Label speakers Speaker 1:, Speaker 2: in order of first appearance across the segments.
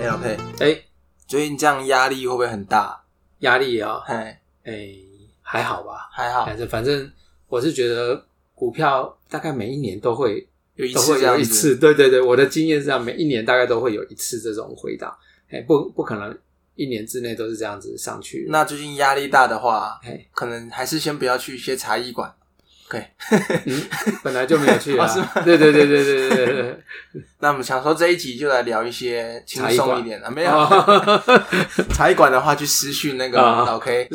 Speaker 1: 哎、老佩，
Speaker 2: 哎，
Speaker 1: 最近这样压力会不会很大？
Speaker 2: 压力啊，
Speaker 1: 哎，
Speaker 2: 哎，还好吧，
Speaker 1: 还好，
Speaker 2: 反正反正我是觉得股票大概每一年都会
Speaker 1: 有一
Speaker 2: 都
Speaker 1: 次
Speaker 2: 会
Speaker 1: 这
Speaker 2: 有
Speaker 1: 样
Speaker 2: 一
Speaker 1: 子，
Speaker 2: 次，对对对，我的经验是这样，每一年大概都会有一次这种回档，哎，不不可能一年之内都是这样子上去，
Speaker 1: 那最近压力大的话，
Speaker 2: 哎，
Speaker 1: 可能还是先不要去一些茶艺馆。
Speaker 2: 嗯，本来就没有去啊
Speaker 1: 哦是吗，
Speaker 2: 对对对对对对对对，
Speaker 1: 那我们想说这一集就来聊一些轻
Speaker 2: 茶艺
Speaker 1: 松
Speaker 2: 馆
Speaker 1: 一点的，啊没
Speaker 2: 没
Speaker 1: 有、 茶艺馆的话去私讯那个
Speaker 2: 啊
Speaker 1: 老 K，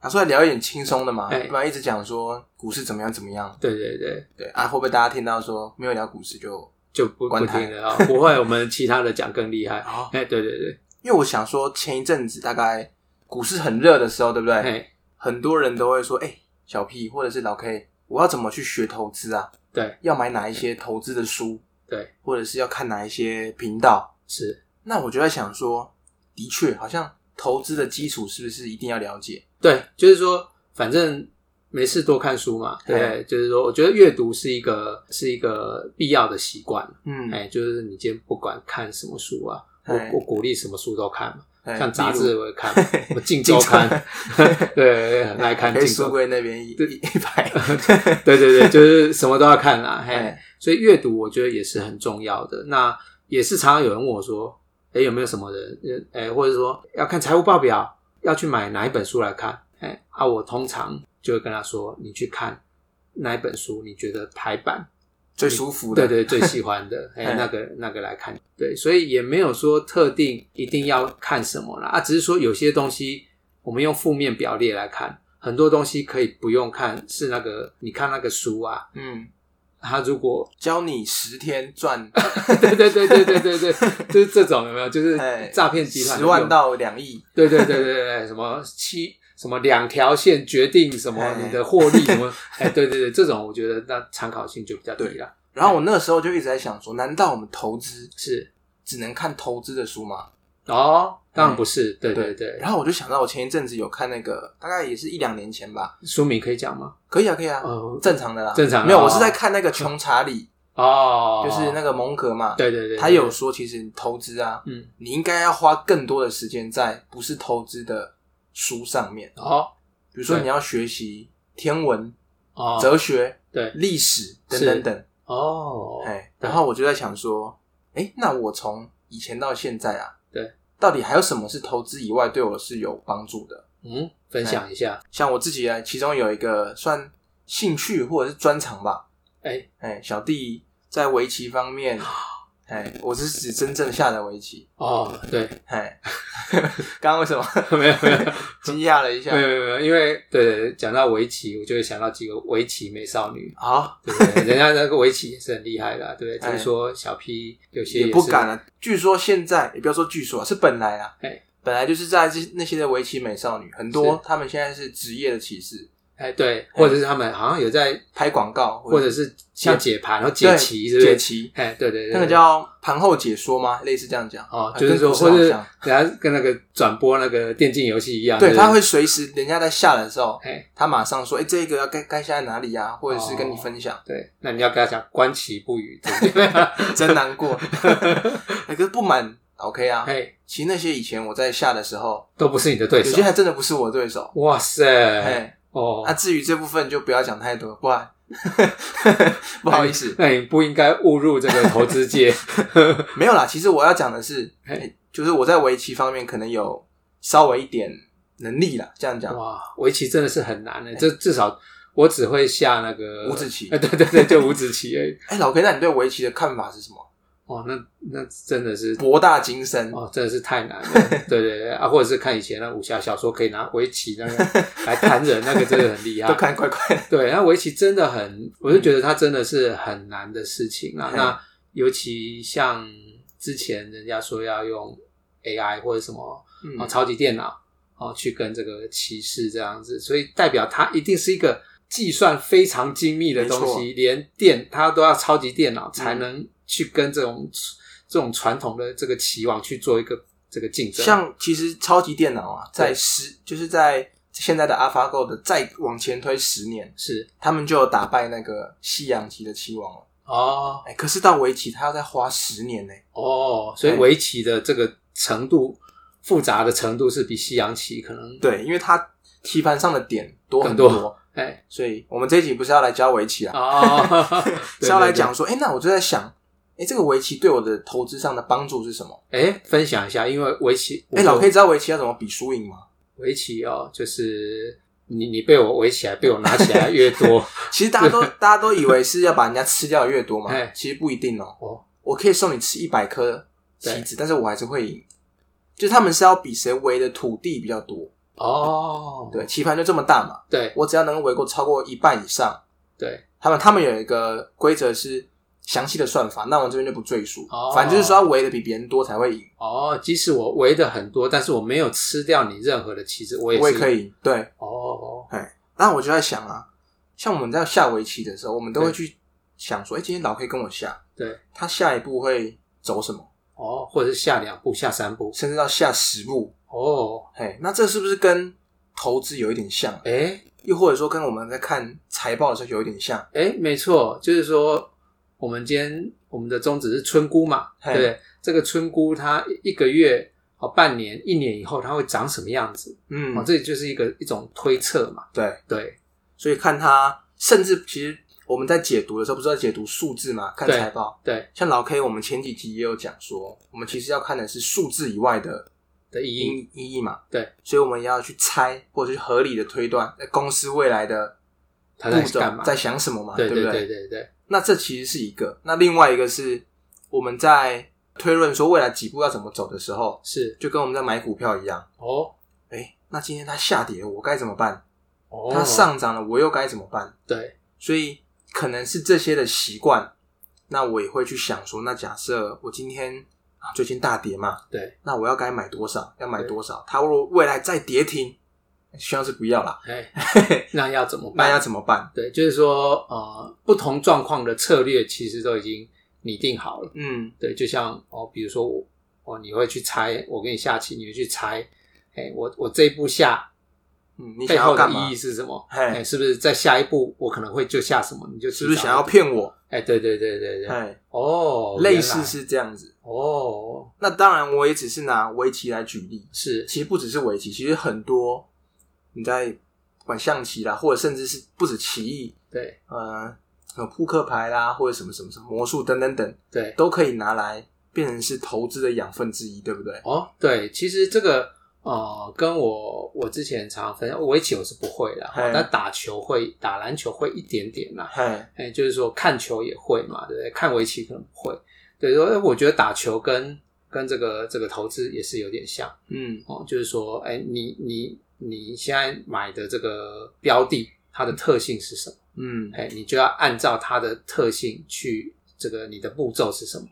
Speaker 1: 想说来聊一点轻松的嘛，
Speaker 2: 哎
Speaker 1: 不然一直讲说股市怎么样怎么样，
Speaker 2: 对对对，
Speaker 1: 对啊，会不会大家听到说没有聊股市就？
Speaker 2: 就不
Speaker 1: 关
Speaker 2: 不
Speaker 1: 台
Speaker 2: 听了啊，不会，我们其他的讲更厉害，
Speaker 1: 哦，
Speaker 2: 哎，对对对，
Speaker 1: 因为我想说前一阵子大概股市很热的时候，对不对？
Speaker 2: 哎，
Speaker 1: 很多人都会说：“哎、小 P 或者是老 K，我要怎么去学投资啊？
Speaker 2: 对
Speaker 1: 要买哪一些投资的书？
Speaker 2: 对，
Speaker 1: 或者是要看哪一些频道
Speaker 2: 是，？”
Speaker 1: 那我就在想说，的确，好像投资的基础是不是一定要了解？
Speaker 2: 对，就是说，反正没事多看书嘛。对，就是说，我觉得阅读是一个是一个必要的习惯。
Speaker 1: 嗯，
Speaker 2: 哎、就是你今天不管看什么书啊，我
Speaker 1: 哎
Speaker 2: 我鼓励什么书都看嘛，
Speaker 1: 哎
Speaker 2: 像杂
Speaker 1: 例
Speaker 2: 志
Speaker 1: 如
Speaker 2: 我也看，我镜周刊，对 对，很爱看
Speaker 1: 可以
Speaker 2: 镜
Speaker 1: 书
Speaker 2: 周，
Speaker 1: 柜那边一
Speaker 2: 对
Speaker 1: 一一排，
Speaker 2: 对对对，就是什么都要看啦。嘿，
Speaker 1: 哎，
Speaker 2: 所以阅读我觉得也是很重要的。那也是常常有人问我说，哎、有没有什么人，呃哎、或者说要看财务报表，要去买哪一本书来看？哎、啊，我通常就会跟他说，你去看哪一本书，你觉得排版
Speaker 1: 最舒服的，
Speaker 2: 对对最喜欢的，哎、
Speaker 1: 哎
Speaker 2: 那个那个来看，对，所以也没有说特定一定要看什么啦，啊，只是说有些东西我们用负面表列来看，很多东西可以不用看，是那个你看那个书啊，
Speaker 1: 嗯，
Speaker 2: 它如果
Speaker 1: 教你十天 赚
Speaker 2: 对对对对对对对，就是这种有没有？就是
Speaker 1: 哎
Speaker 2: 诈骗集团
Speaker 1: 十万
Speaker 2: 到，
Speaker 1: 到两亿，
Speaker 2: 对对对对对，什么七什么两条线决定什么
Speaker 1: 哎
Speaker 2: 你的获利什么，哎，对对对，这种我觉得那参考性就比较低了。
Speaker 1: 然后我那个时候就一直在想说，难道我们投资
Speaker 2: 哎是
Speaker 1: 只能看投资的书吗？
Speaker 2: 哦，当然不是，对对
Speaker 1: 哎对
Speaker 2: 对，
Speaker 1: 然后我就想到，我前一阵子有看那个，大概也是一两年前吧。
Speaker 2: 书名可以讲吗？
Speaker 1: 可以啊，可以啊，
Speaker 2: 哦
Speaker 1: 正常的啦，
Speaker 2: 正常
Speaker 1: 没有，
Speaker 2: 哦
Speaker 1: 我是在看那个穷查理，
Speaker 2: 哦，
Speaker 1: 就是那个蒙格嘛。
Speaker 2: 对对对，
Speaker 1: 他有说，其实投资啊，
Speaker 2: 嗯
Speaker 1: 你应该要花更多的时间在不是投资的书上面，
Speaker 2: 哦
Speaker 1: 比如说
Speaker 2: 对
Speaker 1: 你要学习天文、
Speaker 2: 哦
Speaker 1: 哲学、
Speaker 2: 对
Speaker 1: 历史等
Speaker 2: 是
Speaker 1: 等等。
Speaker 2: 哦
Speaker 1: 哎，
Speaker 2: 对
Speaker 1: 然后我就在想说，哎，那我从以前到现在啊，
Speaker 2: 对，
Speaker 1: 到底还有什么是投资以外对我是有帮助的？
Speaker 2: 嗯，分享一下，
Speaker 1: 像我自己啊，其中有一个算兴趣或者是专长吧。
Speaker 2: 哎啊
Speaker 1: 哎，小弟在围棋方面，哎，我是指真正下的围棋。
Speaker 2: 哦， 对，
Speaker 1: 哎，刚刚为什 么
Speaker 2: 没有没有。
Speaker 1: 惊讶了一下
Speaker 2: 没？有没有没有，因为对对对，讲到围棋，我就会想到几个围棋美少女，
Speaker 1: 好，
Speaker 2: 对不对？人家那个围棋也是很厉害的啊、对不对？
Speaker 1: 哎
Speaker 2: 只是说小 P 有些
Speaker 1: 也
Speaker 2: 是
Speaker 1: 不敢，了、据说现在也不要说据说啊，是本来啊
Speaker 2: 哎，
Speaker 1: 本来就是在这那些的围棋美少女，很多
Speaker 2: 是
Speaker 1: 他们现在是职业的棋士，
Speaker 2: 哎，对，或者是他们好像有在，
Speaker 1: 拍广告
Speaker 2: 或者是像解盘，然后解棋，是
Speaker 1: 哎对
Speaker 2: 不
Speaker 1: 解
Speaker 2: 是？
Speaker 1: 棋，
Speaker 2: 哎，对对对，
Speaker 1: 那个叫盘后解说吗？类似这样讲
Speaker 2: 哦，
Speaker 1: 啊
Speaker 2: 就是
Speaker 1: 跟
Speaker 2: 说，
Speaker 1: 股市
Speaker 2: 或
Speaker 1: 好
Speaker 2: 者是
Speaker 1: 像
Speaker 2: 人家跟那个转播那个电竞游戏一样，
Speaker 1: 对，
Speaker 2: 就是
Speaker 1: 他会随时人家在下的时候，
Speaker 2: 哎，
Speaker 1: 他马上说：“哎、这个要该该下在哪里呀、
Speaker 2: 哦
Speaker 1: 或者是跟你分享，
Speaker 2: 对，那你要跟他讲观棋不语，对不对？
Speaker 1: 真难 过。哎可是不满 OK 啊。
Speaker 2: 哎，
Speaker 1: 其实那些以前我在下的时候，
Speaker 2: 都不是你的对
Speaker 1: 有些
Speaker 2: 手，
Speaker 1: 还真的不是我对手。
Speaker 2: 哇塞，
Speaker 1: 哎、
Speaker 2: 哦
Speaker 1: 那、，至于这部分就不要讲太多，不然 不好意思，
Speaker 2: 那你不应该误入这个投资界，
Speaker 1: 没有啦。其实我要讲的是，
Speaker 2: 嘿
Speaker 1: 哎就是我在围棋方面可能有稍微一点能力啦，这样讲。
Speaker 2: 哇，哎围棋真的是很难的、这至少我只会下那个
Speaker 1: 五子棋
Speaker 2: 哎 对对对，就五子棋而 已。
Speaker 1: 哎、老 K，那你对围棋的看法是什么？
Speaker 2: 哦，那那真的是
Speaker 1: 博大精深，
Speaker 2: 哦，真的是太难了。 对对对啊，或者是看以前那武侠小说，可以拿围棋那 个来谈人，那个真的很厉
Speaker 1: 都
Speaker 2: 害。
Speaker 1: 看快快的。
Speaker 2: 对，那围棋真的很，我就觉得它真的是很难的事情啊。
Speaker 1: 嗯
Speaker 2: 那尤其像之前人家说要用 AI 或者什么哦，
Speaker 1: 嗯，
Speaker 2: 超级电脑哦，去跟这个骑士这样子，所以代表它一定是一个计算非常精密的东
Speaker 1: 没错嗯
Speaker 2: 西，连电它都要超级电脑才能去跟这种、这种传统的这个棋王去做一个这个竞争。
Speaker 1: 像其实超级电脑啊，在
Speaker 2: 啊对
Speaker 1: 十就是在现在的 AlphaGo 的再往前推十年，
Speaker 2: 是
Speaker 1: 他们就有打败那个西洋棋的棋王了。
Speaker 2: 哦
Speaker 1: 哎，可是到围棋他要再花十年呢、
Speaker 2: 哦，所以
Speaker 1: 哎
Speaker 2: 围棋的这个程度复杂的程度是比西洋棋可能
Speaker 1: 对，因为他棋盘上的点多很
Speaker 2: 更多
Speaker 1: 多，
Speaker 2: 哎
Speaker 1: 所以我们这一集不是要来教围棋啊，
Speaker 2: 哦，
Speaker 1: 是要来讲说，哎、那我就在想，哎、这个围棋对我的投资上的帮助是什么？
Speaker 2: 哎，诶分享一下，因为围棋
Speaker 1: 哎、老 K 知道围棋要怎么比输赢吗？
Speaker 2: 围棋哦，就是你你被我围起来，被我拿起来越 多
Speaker 1: 其实大 家都大家都以为是要把人家吃掉的越多嘛
Speaker 2: 哎，
Speaker 1: 其实不一定哦。
Speaker 2: 哦
Speaker 1: 我可以送你吃一百颗棋
Speaker 2: 对
Speaker 1: 子，但是我还是会赢。就他们是要比谁围的土地比较多，
Speaker 2: 哦，
Speaker 1: 对，棋盘就这么大嘛，
Speaker 2: 对
Speaker 1: 我只要能够围过超过一半以上，
Speaker 2: 对
Speaker 1: 他们他们有一个规则是详细的算法，那我这边就不赘述，
Speaker 2: 哦
Speaker 1: 反正就是说要围的比别人多才会赢，
Speaker 2: 哦，即使我围的很多，但是我没有吃掉你任何的棋子，我也是
Speaker 1: 我也可以赢，对，
Speaker 2: 哦
Speaker 1: 那我就在想啊，像我们在下围棋的时候，我们都会去想说，哎、今天老 K 跟我下，
Speaker 2: 对，
Speaker 1: 他下一步会走什么，
Speaker 2: 哦，或者是下两步、下三步
Speaker 1: 甚至到下十步，
Speaker 2: 哦，
Speaker 1: 嘿，那这是不是跟投资有一点像？
Speaker 2: 哎
Speaker 1: 又或者说跟我们在看财报的时候有一点像？
Speaker 2: 哎，没错，就是说我们今天我们的宗旨是村姑嘛，
Speaker 1: 嘿
Speaker 2: 对不对，这个村姑它一个月。哦，半年、一年以后，它会长什么样子？
Speaker 1: 嗯
Speaker 2: 哦，这就是一个一种推测嘛。
Speaker 1: 对，
Speaker 2: 对，
Speaker 1: 所以看他，甚至其实我们在解读的时候，不是在解读数字嘛？看
Speaker 2: 对
Speaker 1: 财报，
Speaker 2: 对
Speaker 1: 像老 K，我们前几集也有讲说，我们其实要看的是数字以外的
Speaker 2: 的意义，
Speaker 1: 意意义嘛，
Speaker 2: 嗯对，
Speaker 1: 所以我们要去猜或者去合理的推断呃公司未来的
Speaker 2: 他在
Speaker 1: 步骤
Speaker 2: 干嘛
Speaker 1: 在想什么嘛，
Speaker 2: 对
Speaker 1: 不
Speaker 2: 对对对，
Speaker 1: 那这其实是一个，那另外一个是我们在推论说未来几步要怎么走的时候，
Speaker 2: 是
Speaker 1: 就跟我们在买股票一样，
Speaker 2: 哦
Speaker 1: 哎、那今天它下跌了，我该怎么办？
Speaker 2: 哦，
Speaker 1: 它上涨了，我又该怎么办？
Speaker 2: 对
Speaker 1: 所以可能是这些的习惯，那我也会去想说，那假设我今天啊最近大跌嘛，
Speaker 2: 对，
Speaker 1: 那我要该买多少？要买
Speaker 2: 对
Speaker 1: 多少？它如果未来再跌停，希望是不要 啦。
Speaker 2: 哎，那要怎么
Speaker 1: 那要
Speaker 2: 办？
Speaker 1: 怎么办？
Speaker 2: 对，就是说呃，不同状况的策略其实都已经拟定好了。
Speaker 1: 嗯，
Speaker 2: 对，就像哦，比如说我哦，你会去猜，我跟你下棋，你会去猜，哎，我我这一步下
Speaker 1: 嗯，你想
Speaker 2: 背
Speaker 1: 要
Speaker 2: 后的
Speaker 1: 干嘛
Speaker 2: 意义？是什么？
Speaker 1: 嘿
Speaker 2: 哎，是不是在下一步我可能会就下什么？你就是是
Speaker 1: 不是想要？骗我？
Speaker 2: 哎，对对对对对，
Speaker 1: 哎，
Speaker 2: 哦，
Speaker 1: 类
Speaker 2: 原
Speaker 1: 似
Speaker 2: 来
Speaker 1: 是这样子。
Speaker 2: 哦，
Speaker 1: 那当然，我也只是拿围棋来举例。
Speaker 2: 是
Speaker 1: 其实不只是围棋，其实很多你在不管象棋啦，或者甚至是不止棋艺，
Speaker 2: 对
Speaker 1: 呃，有扑克牌啦，或者什么什么什么魔术等等等，
Speaker 2: 对。
Speaker 1: 都可以拿来变成是投资的养分之一，对不对？
Speaker 2: 哦，对，其实这个呃，跟我我之前常常分享，围棋我是不会啦，
Speaker 1: 嘿
Speaker 2: 哦但打球会，打篮球会一点点啦。
Speaker 1: 嘿，
Speaker 2: 哎，就是说看球也会嘛，对不对？看围棋可能不会。对，所以我觉得打球跟跟这个这个投资也是有点像
Speaker 1: 嗯，
Speaker 2: 哦，就是说，哎，你你你现在买的这个标的，它的特性是什么？
Speaker 1: 嗯，
Speaker 2: 哎，你就要按照它的特性去这个你的步骤是什么？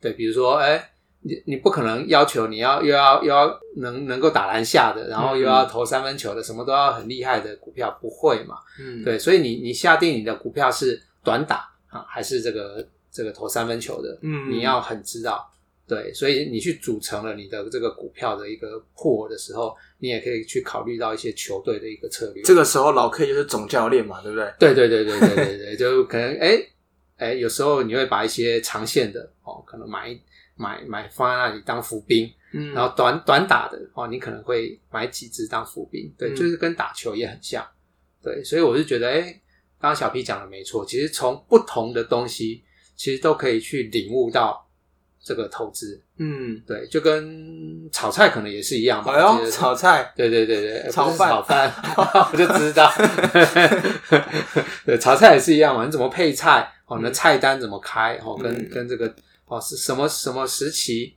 Speaker 2: 对，比如说，哎，你你不可能要求你要又要又要能能够打篮下的，然后又
Speaker 1: 嗯
Speaker 2: 要投三分球的，什么都要很厉害的股票，不会嘛？
Speaker 1: 嗯，
Speaker 2: 对，所以你你下定你的股票是短打啊，还是这个这个投三分球的，
Speaker 1: 嗯
Speaker 2: 你要很知道。对，所以你去组成了你的这个股票的一个 pool 的时候，你也可以去考虑到一些球队的一个策略。
Speaker 1: 这个时候老 K 就是总教练嘛，对不对？
Speaker 2: 对对对对对对对，就可能哎哎、有时候你会把一些长线的哦，可能买买买放在那里当伏兵，
Speaker 1: 嗯
Speaker 2: 然后短短打的哦，你可能会买几只当伏兵，对，
Speaker 1: 嗯
Speaker 2: 就是跟打球也很像，对，所以我是觉得哎，刚刚小 P 讲的没错，其实从不同的东西，其实都可以去领悟到这个投资，
Speaker 1: 嗯，
Speaker 2: 对，就跟炒菜可能也是一样吧，
Speaker 1: 哎
Speaker 2: 就
Speaker 1: 呦，
Speaker 2: 是
Speaker 1: 炒菜，
Speaker 2: 对对对对，呃
Speaker 1: 炒
Speaker 2: 不是
Speaker 1: 饭
Speaker 2: 炒饭， 我就知道。对，炒菜也是一样嘛，你怎么配菜？哦，你的菜单怎么开？哦，跟、
Speaker 1: 嗯
Speaker 2: 跟这个哦是什么什么时期？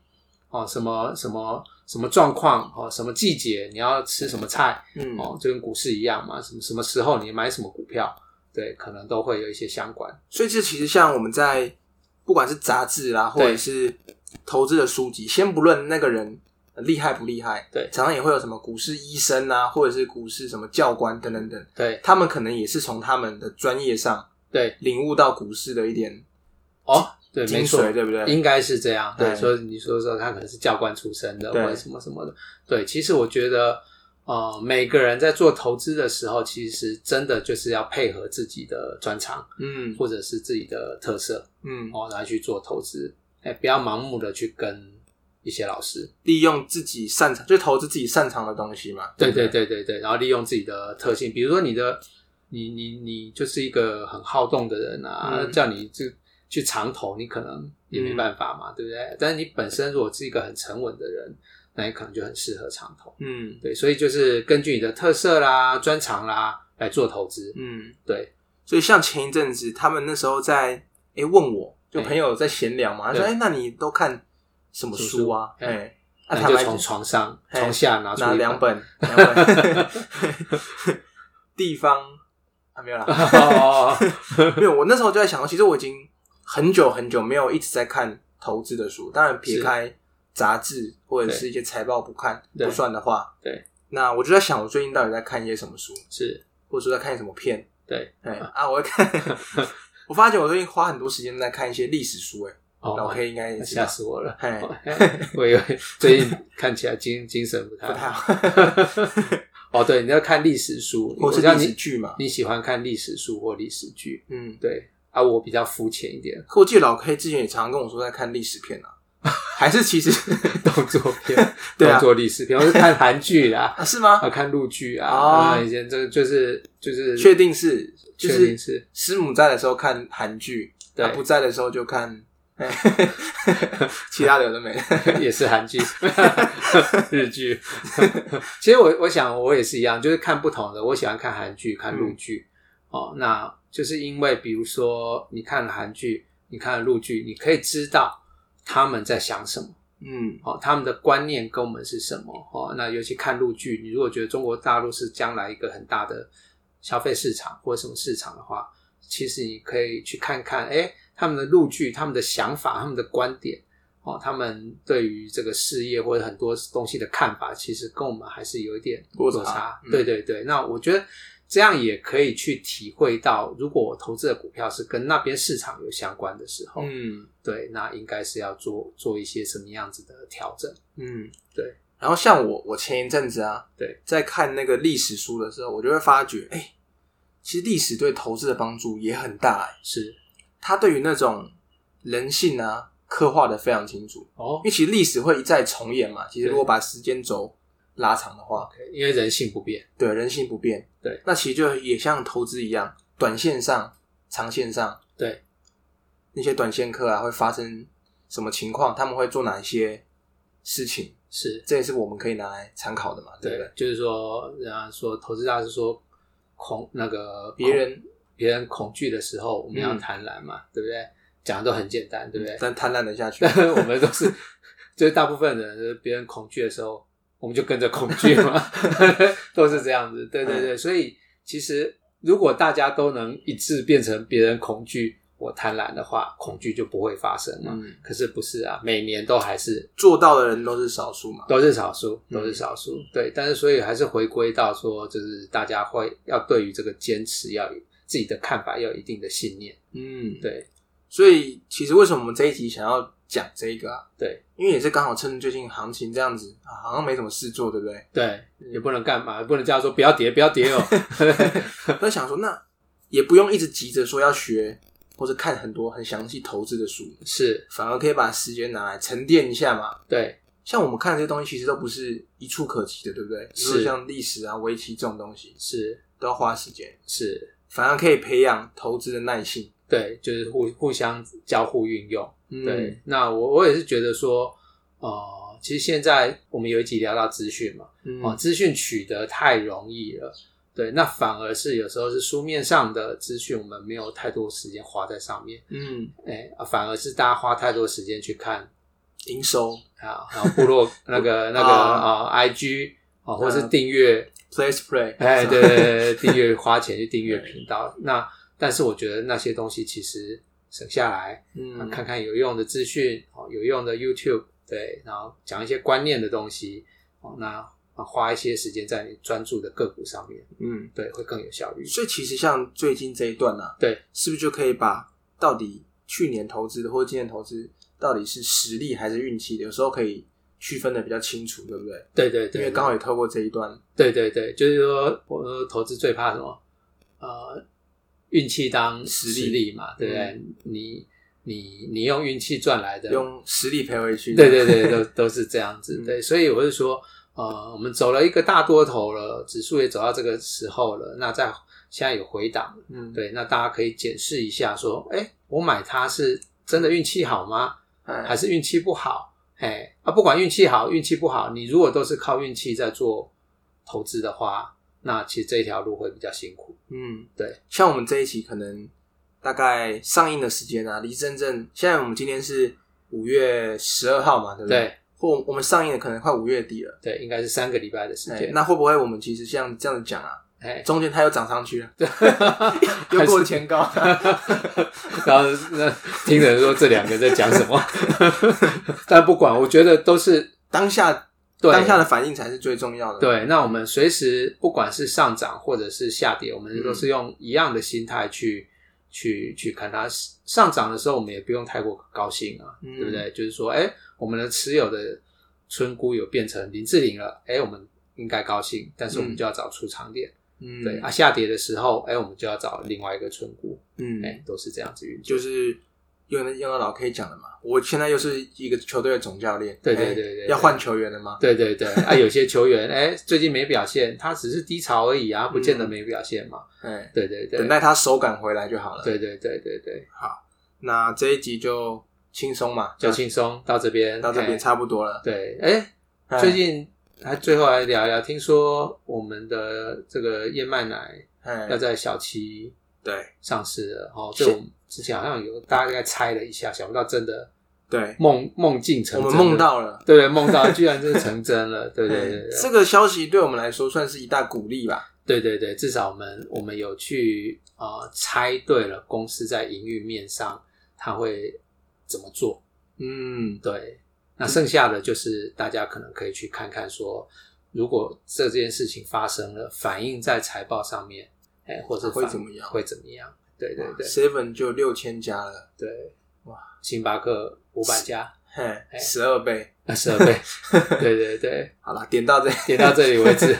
Speaker 2: 哦，什么什么什么状况？哦，什么季节你要吃什么菜？
Speaker 1: 嗯，
Speaker 2: 哦，就跟股市一样嘛，什么什么时候你买什么股票？对，可能都会有一些相关。
Speaker 1: 所以这其实像我们在不管是杂志啦，或者
Speaker 2: 对
Speaker 1: 是投资的书籍，先不论那个人呃厉害不厉害，
Speaker 2: 对
Speaker 1: 常常也会有什么股市医生啊，或者是股市什么教官等等等，
Speaker 2: 对
Speaker 1: 他们可能也是从他们的专业上
Speaker 2: 对，
Speaker 1: 领悟到股市的一点
Speaker 2: 哦，对，没
Speaker 1: 精
Speaker 2: 错，
Speaker 1: 髓，对不对？
Speaker 2: 应该是这样。哎
Speaker 1: 对
Speaker 2: 对，所以你说说他可能是教官出身的，或
Speaker 1: 对
Speaker 2: 者什么什么的。对，其实我觉得，呃，每个人在做投资的时候，其实真的就是要配合自己的专长
Speaker 1: 嗯
Speaker 2: 或者是自己的特色，
Speaker 1: 嗯，
Speaker 2: 哦，来去做投资。哎，不要盲目的去跟一些老师，
Speaker 1: 利用自己擅长，就投资自己擅长的东西嘛。
Speaker 2: 对
Speaker 1: 不
Speaker 2: 对，对对对，然后利用自己的特性，比如说你的，你你你就是一个很好动的人啊，
Speaker 1: 嗯
Speaker 2: 叫你就去长投，你可能也没办法嘛，对不对？但是你本身如果是一个很沉稳的人，那你可能就很适合长投。
Speaker 1: 嗯
Speaker 2: 对，所以就是根据你的特色啦、专长啦来做投资。
Speaker 1: 嗯，
Speaker 2: 对，
Speaker 1: 所以像前一阵子他们那时候在诶问我，就
Speaker 2: 哎
Speaker 1: 朋友在闲聊嘛，他说
Speaker 2: 对
Speaker 1: 诶那你都看什么
Speaker 2: 什么
Speaker 1: 书啊？
Speaker 2: 书嗯
Speaker 1: 哎，啊
Speaker 2: 那
Speaker 1: 坦
Speaker 2: 你就
Speaker 1: 白
Speaker 2: 从
Speaker 1: 讲
Speaker 2: 床上、
Speaker 1: 嘿
Speaker 2: 床下拿出
Speaker 1: 拿
Speaker 2: 一
Speaker 1: 两。本，两本 地方啊没有啦，
Speaker 2: 哦 哦，哦
Speaker 1: 没有，我那时候就在想，其实我已经很久很久没有一直在看投资的书，当然撇
Speaker 2: 是
Speaker 1: 开杂志或者
Speaker 2: 对
Speaker 1: 是一些财报不看
Speaker 2: 对
Speaker 1: 不算的话，
Speaker 2: 对，
Speaker 1: 那我就在想，我最近到底在看一些什么书，
Speaker 2: 是，
Speaker 1: 或者说在看什么片？
Speaker 2: 对，
Speaker 1: 哎啊，我在看， 我发觉我最近花很多时间在看一些历史书，哎，老
Speaker 2: 哦，
Speaker 1: 黑应该也知
Speaker 2: 吓
Speaker 1: 道，
Speaker 2: 死我了。
Speaker 1: 哎，
Speaker 2: 我以为最近看起来精精神不太
Speaker 1: 不太
Speaker 2: 好。
Speaker 1: 好，
Speaker 2: 哦，对，你要看历史书，
Speaker 1: 或
Speaker 2: 我
Speaker 1: 是
Speaker 2: 知道
Speaker 1: 历史
Speaker 2: 你
Speaker 1: 剧嘛，
Speaker 2: 你喜欢看历史书或历史剧，
Speaker 1: 嗯。
Speaker 2: 对啊，我比较肤浅一点，
Speaker 1: 可我记得老 K 之前也常常跟我说在看历史片啊，还是其实
Speaker 2: 动作片、
Speaker 1: 对啊
Speaker 2: 动作历史片，我是看韩剧啦，
Speaker 1: 啊是吗？
Speaker 2: 啊， 看陆剧啊，
Speaker 1: 哦
Speaker 2: 啊，以前这个就是就是
Speaker 1: 确定是就是
Speaker 2: 确
Speaker 1: 啊
Speaker 2: 定是
Speaker 1: 师母在的时候看韩剧，
Speaker 2: 对
Speaker 1: 她不在的时候就看哎 其他的有的没的。
Speaker 2: 也是韩剧、日剧。 其实我我想我也是一样，就是看不同的。我喜欢看韩剧、看陆
Speaker 1: 嗯
Speaker 2: 剧、哦，那就是因为比如说你看了韩剧，你看了陆剧，你可以知道他们在想什么。
Speaker 1: 嗯
Speaker 2: 哦，他们的观念跟我们是什么？哦，那尤其看陆剧，你如果觉得中国大陆是将来一个很大的消费市场或者什么市场的话，其实你可以去看看，哎，他们的陆剧、他们的想法、他们的观点，哦，他们对于这个事业或者很多东西的看法，其实跟我们还是有一点
Speaker 1: 落
Speaker 2: 差。
Speaker 1: 差嗯
Speaker 2: 对对对，那我觉得这样也可以去体会到，如果我投资的股票是跟那边市场有相关的时候，
Speaker 1: 嗯
Speaker 2: 对，那应该是要做做一些什么样子的调整？
Speaker 1: 嗯，
Speaker 2: 对。
Speaker 1: 然后像我，我前一阵子啊，
Speaker 2: 对，
Speaker 1: 在看那个历史书的时候，我就会发觉，哎、其实历史对投资的帮助也很大、哎，
Speaker 2: 是
Speaker 1: 它对于那种人性啊刻画的非常清楚，
Speaker 2: 哦
Speaker 1: 因为其实历史会一再重演嘛。其实
Speaker 2: 对
Speaker 1: 如果把时间轴拉长的话，
Speaker 2: ，OK，因为人性不变，
Speaker 1: 对，人性不变。
Speaker 2: 对，
Speaker 1: 那其实就也像投资一样，短线上、长线上，
Speaker 2: 对，
Speaker 1: 那些短线客啊会发生什么情况，他们会做哪一些事情，
Speaker 2: 是
Speaker 1: 这也是我们可以拿来参考的嘛，对
Speaker 2: 对
Speaker 1: 不对？
Speaker 2: 就是说，人家说投资大师说恐那个
Speaker 1: 别
Speaker 2: 恐
Speaker 1: 人
Speaker 2: 别人恐惧的时候，我们要
Speaker 1: 嗯
Speaker 2: 贪婪嘛，对不对？讲的都很简单，对不对？
Speaker 1: 但贪婪的下 去
Speaker 2: 但，是我们都是，就是大部分人，就是别人恐惧的时候，我们就跟着恐惧嘛， 都是这样子。对对
Speaker 1: 嗯
Speaker 2: 对，所以其实如果大家都能一致变成别人恐惧，我贪婪的话，恐惧就不会发生嘛。
Speaker 1: 嗯，
Speaker 2: 可是不是啊，每年都还是
Speaker 1: 做到的人都是少数嘛，
Speaker 2: 都是少数，
Speaker 1: 嗯
Speaker 2: 都是少数。对，但是所以还是回归到说，就是大家会要对于这个坚持要有自己的看法，要有一定的信念。
Speaker 1: 嗯，
Speaker 2: 对。
Speaker 1: 所以其实为什么我们这一集想要讲这个啊？
Speaker 2: 对，
Speaker 1: 因为也是刚好趁最近行情这样子，啊好像没什么事做，对不对？
Speaker 2: 对，也不能干嘛，也不能叫他说不要跌，不要跌哦。
Speaker 1: 我在想说，那也不用一直急着说要学或者看很多很详细投资的书，
Speaker 2: 是
Speaker 1: 反而可以把时间拿来沉淀一下嘛。
Speaker 2: 对，
Speaker 1: 像我们看的这些东西，其实都不是一触可及的，对不对？
Speaker 2: 是
Speaker 1: 比如说像历史啊、围棋这种东西，
Speaker 2: 是
Speaker 1: 都要花时间，
Speaker 2: 是，
Speaker 1: 反而可以培养投资的耐性。
Speaker 2: 对，就是互互相交互运用。
Speaker 1: 嗯
Speaker 2: 对，，那我我也是觉得说，呃，其实现在我们有一集聊到资讯嘛，
Speaker 1: 嗯
Speaker 2: 哦，资讯取得太容易了，对，那反而是有时候是书面上的资讯，我们没有太多时间花在上面，
Speaker 1: 嗯，
Speaker 2: 哎、啊反而是大家花太多时间去看
Speaker 1: 营收
Speaker 2: 啊，然后部落 那个那个
Speaker 1: 啊
Speaker 2: 啊、IG 啊，或是
Speaker 1: 嗯
Speaker 2: 订阅。
Speaker 1: ，place play，
Speaker 2: 哎，对对对，对订阅花钱 去订阅频道。那但是我觉得那些东西其实省下来，
Speaker 1: 嗯，
Speaker 2: 看看有用的资讯，哦，有用的 YouTube，对，然后讲一些观念的东西，哦，那啊花一些时间在你专注的个股上面，
Speaker 1: 嗯，
Speaker 2: 对，会更有效率。
Speaker 1: 所以其实像最近这一段呢、啊，
Speaker 2: 对，
Speaker 1: 是不是就可以把到底去年投资的或今年投资到底是实力还是运气的，有时候可以区分的比较清楚，对不对？
Speaker 2: 对对
Speaker 1: 因
Speaker 2: 对，
Speaker 1: 为刚好也透过这一段，
Speaker 2: 对对对，就是说，我说投资最怕什么？呃，运气当
Speaker 1: 实
Speaker 2: 力
Speaker 1: 力
Speaker 2: 嘛，对不对？你你你用运气赚来的，
Speaker 1: 嗯用实力赔回去。
Speaker 2: 对对对，都都是这样子。
Speaker 1: 嗯
Speaker 2: 对，所以我是说，呃，我们走了一个大多头了，指数也走到这个时候了，那在现在有回档，
Speaker 1: 嗯，
Speaker 2: 对，那大家可以检视一下，说，哎，我买它是真的运气好吗？还
Speaker 1: 哎，
Speaker 2: 是运气不好？哎，啊，不管运气好运气不好，你如果都是靠运气在做投资的话，那其实这一条路会比较辛苦。
Speaker 1: 嗯，
Speaker 2: 对。
Speaker 1: 像我们这一期可能大概上映的时间啊，离真正现在我们今天是五月十二号嘛，对不对？
Speaker 2: 对
Speaker 1: 或我们上映的可能快五月底了。
Speaker 2: 对，应该是三个礼拜的时
Speaker 1: 哎
Speaker 2: 间。
Speaker 1: 那会不会我们其实像这样子讲啊，
Speaker 2: 哎，
Speaker 1: 中间它又涨上去了，又
Speaker 2: 又
Speaker 1: 过前高，
Speaker 2: 然后那听人说这两个在讲什么， 但不管，我觉得都是
Speaker 1: 当下
Speaker 2: 对
Speaker 1: 当下的反应才是最重要的。，
Speaker 2: 对。那我们随时不管是上涨或者是下跌，我们
Speaker 1: 嗯
Speaker 2: 都是用一样的心态去、去去看它。上涨的时候，我们也不用太过高兴啊，
Speaker 1: 嗯
Speaker 2: 对不对？就是说，哎，我们的持有的村姑有变成林志玲了，哎，我们应该高兴，但是我们
Speaker 1: 嗯
Speaker 2: 就要找出场点。
Speaker 1: 嗯，
Speaker 2: 对啊，下跌的时候，哎，我们就要找另外一个村姑，
Speaker 1: 嗯，
Speaker 2: 哎，都是这样子运作。
Speaker 1: 就是用用到老 K 讲的嘛，我现在又是一个球队的总教练，
Speaker 2: 对对
Speaker 1: 哎
Speaker 2: 对对对
Speaker 1: 要换球员了吗？
Speaker 2: 对对对，啊，有些球员哎、最近没表现，他只是低潮而已啊，不见得没表现嘛。
Speaker 1: 哎，
Speaker 2: 对对对，
Speaker 1: 嗯等待他手感回来就好了。，
Speaker 2: 对对对对对，
Speaker 1: 那这一集就轻松嘛，
Speaker 2: 就轻松到这边，
Speaker 1: 到这边
Speaker 2: 哎
Speaker 1: 差不多了。
Speaker 2: 对，哎、
Speaker 1: 哎
Speaker 2: 最近还最后来聊一聊，听说我们的这个燕麦奶
Speaker 1: 哎
Speaker 2: 要，在小七
Speaker 1: 对
Speaker 2: 上市了哦，这我们之前好像有大概猜了一下，想不到真的
Speaker 1: 对，
Speaker 2: 梦梦境成
Speaker 1: 我
Speaker 2: 真，
Speaker 1: 们梦，到了。
Speaker 2: 对对，梦到居然真的成真了，对对对
Speaker 1: 哎
Speaker 2: 对
Speaker 1: 这个消息对我们来说算是一大鼓励吧。
Speaker 2: 对对对，至少我们我们有去呃猜对了公司在营运面上它会怎么做。
Speaker 1: 嗯，
Speaker 2: 对，那剩下的就是大家可能可以去看看说，如果这件事情发生了，反映在财报上面，哎，或者
Speaker 1: 会
Speaker 2: 反
Speaker 1: 怎么样
Speaker 2: 会怎么样？对对对
Speaker 1: ，Seven 就六千家了，
Speaker 2: 对，
Speaker 1: 哇！
Speaker 2: 星巴克五百家
Speaker 1: 嘿，
Speaker 2: 哎
Speaker 1: 十二倍。
Speaker 2: 啊，设备，对对对，
Speaker 1: 好了，点到这，
Speaker 2: 点到这里为止，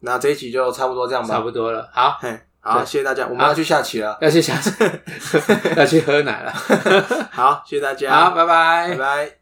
Speaker 1: 那这一集就差不多这样吧。
Speaker 2: 差不多了。好，
Speaker 1: 嘿，好，
Speaker 2: 对
Speaker 1: 谢谢大家，我们要去下棋了。
Speaker 2: 要 去想，要去喝奶了。
Speaker 1: 好，谢谢大家，
Speaker 2: 好，拜
Speaker 1: 拜
Speaker 2: 拜
Speaker 1: 拜。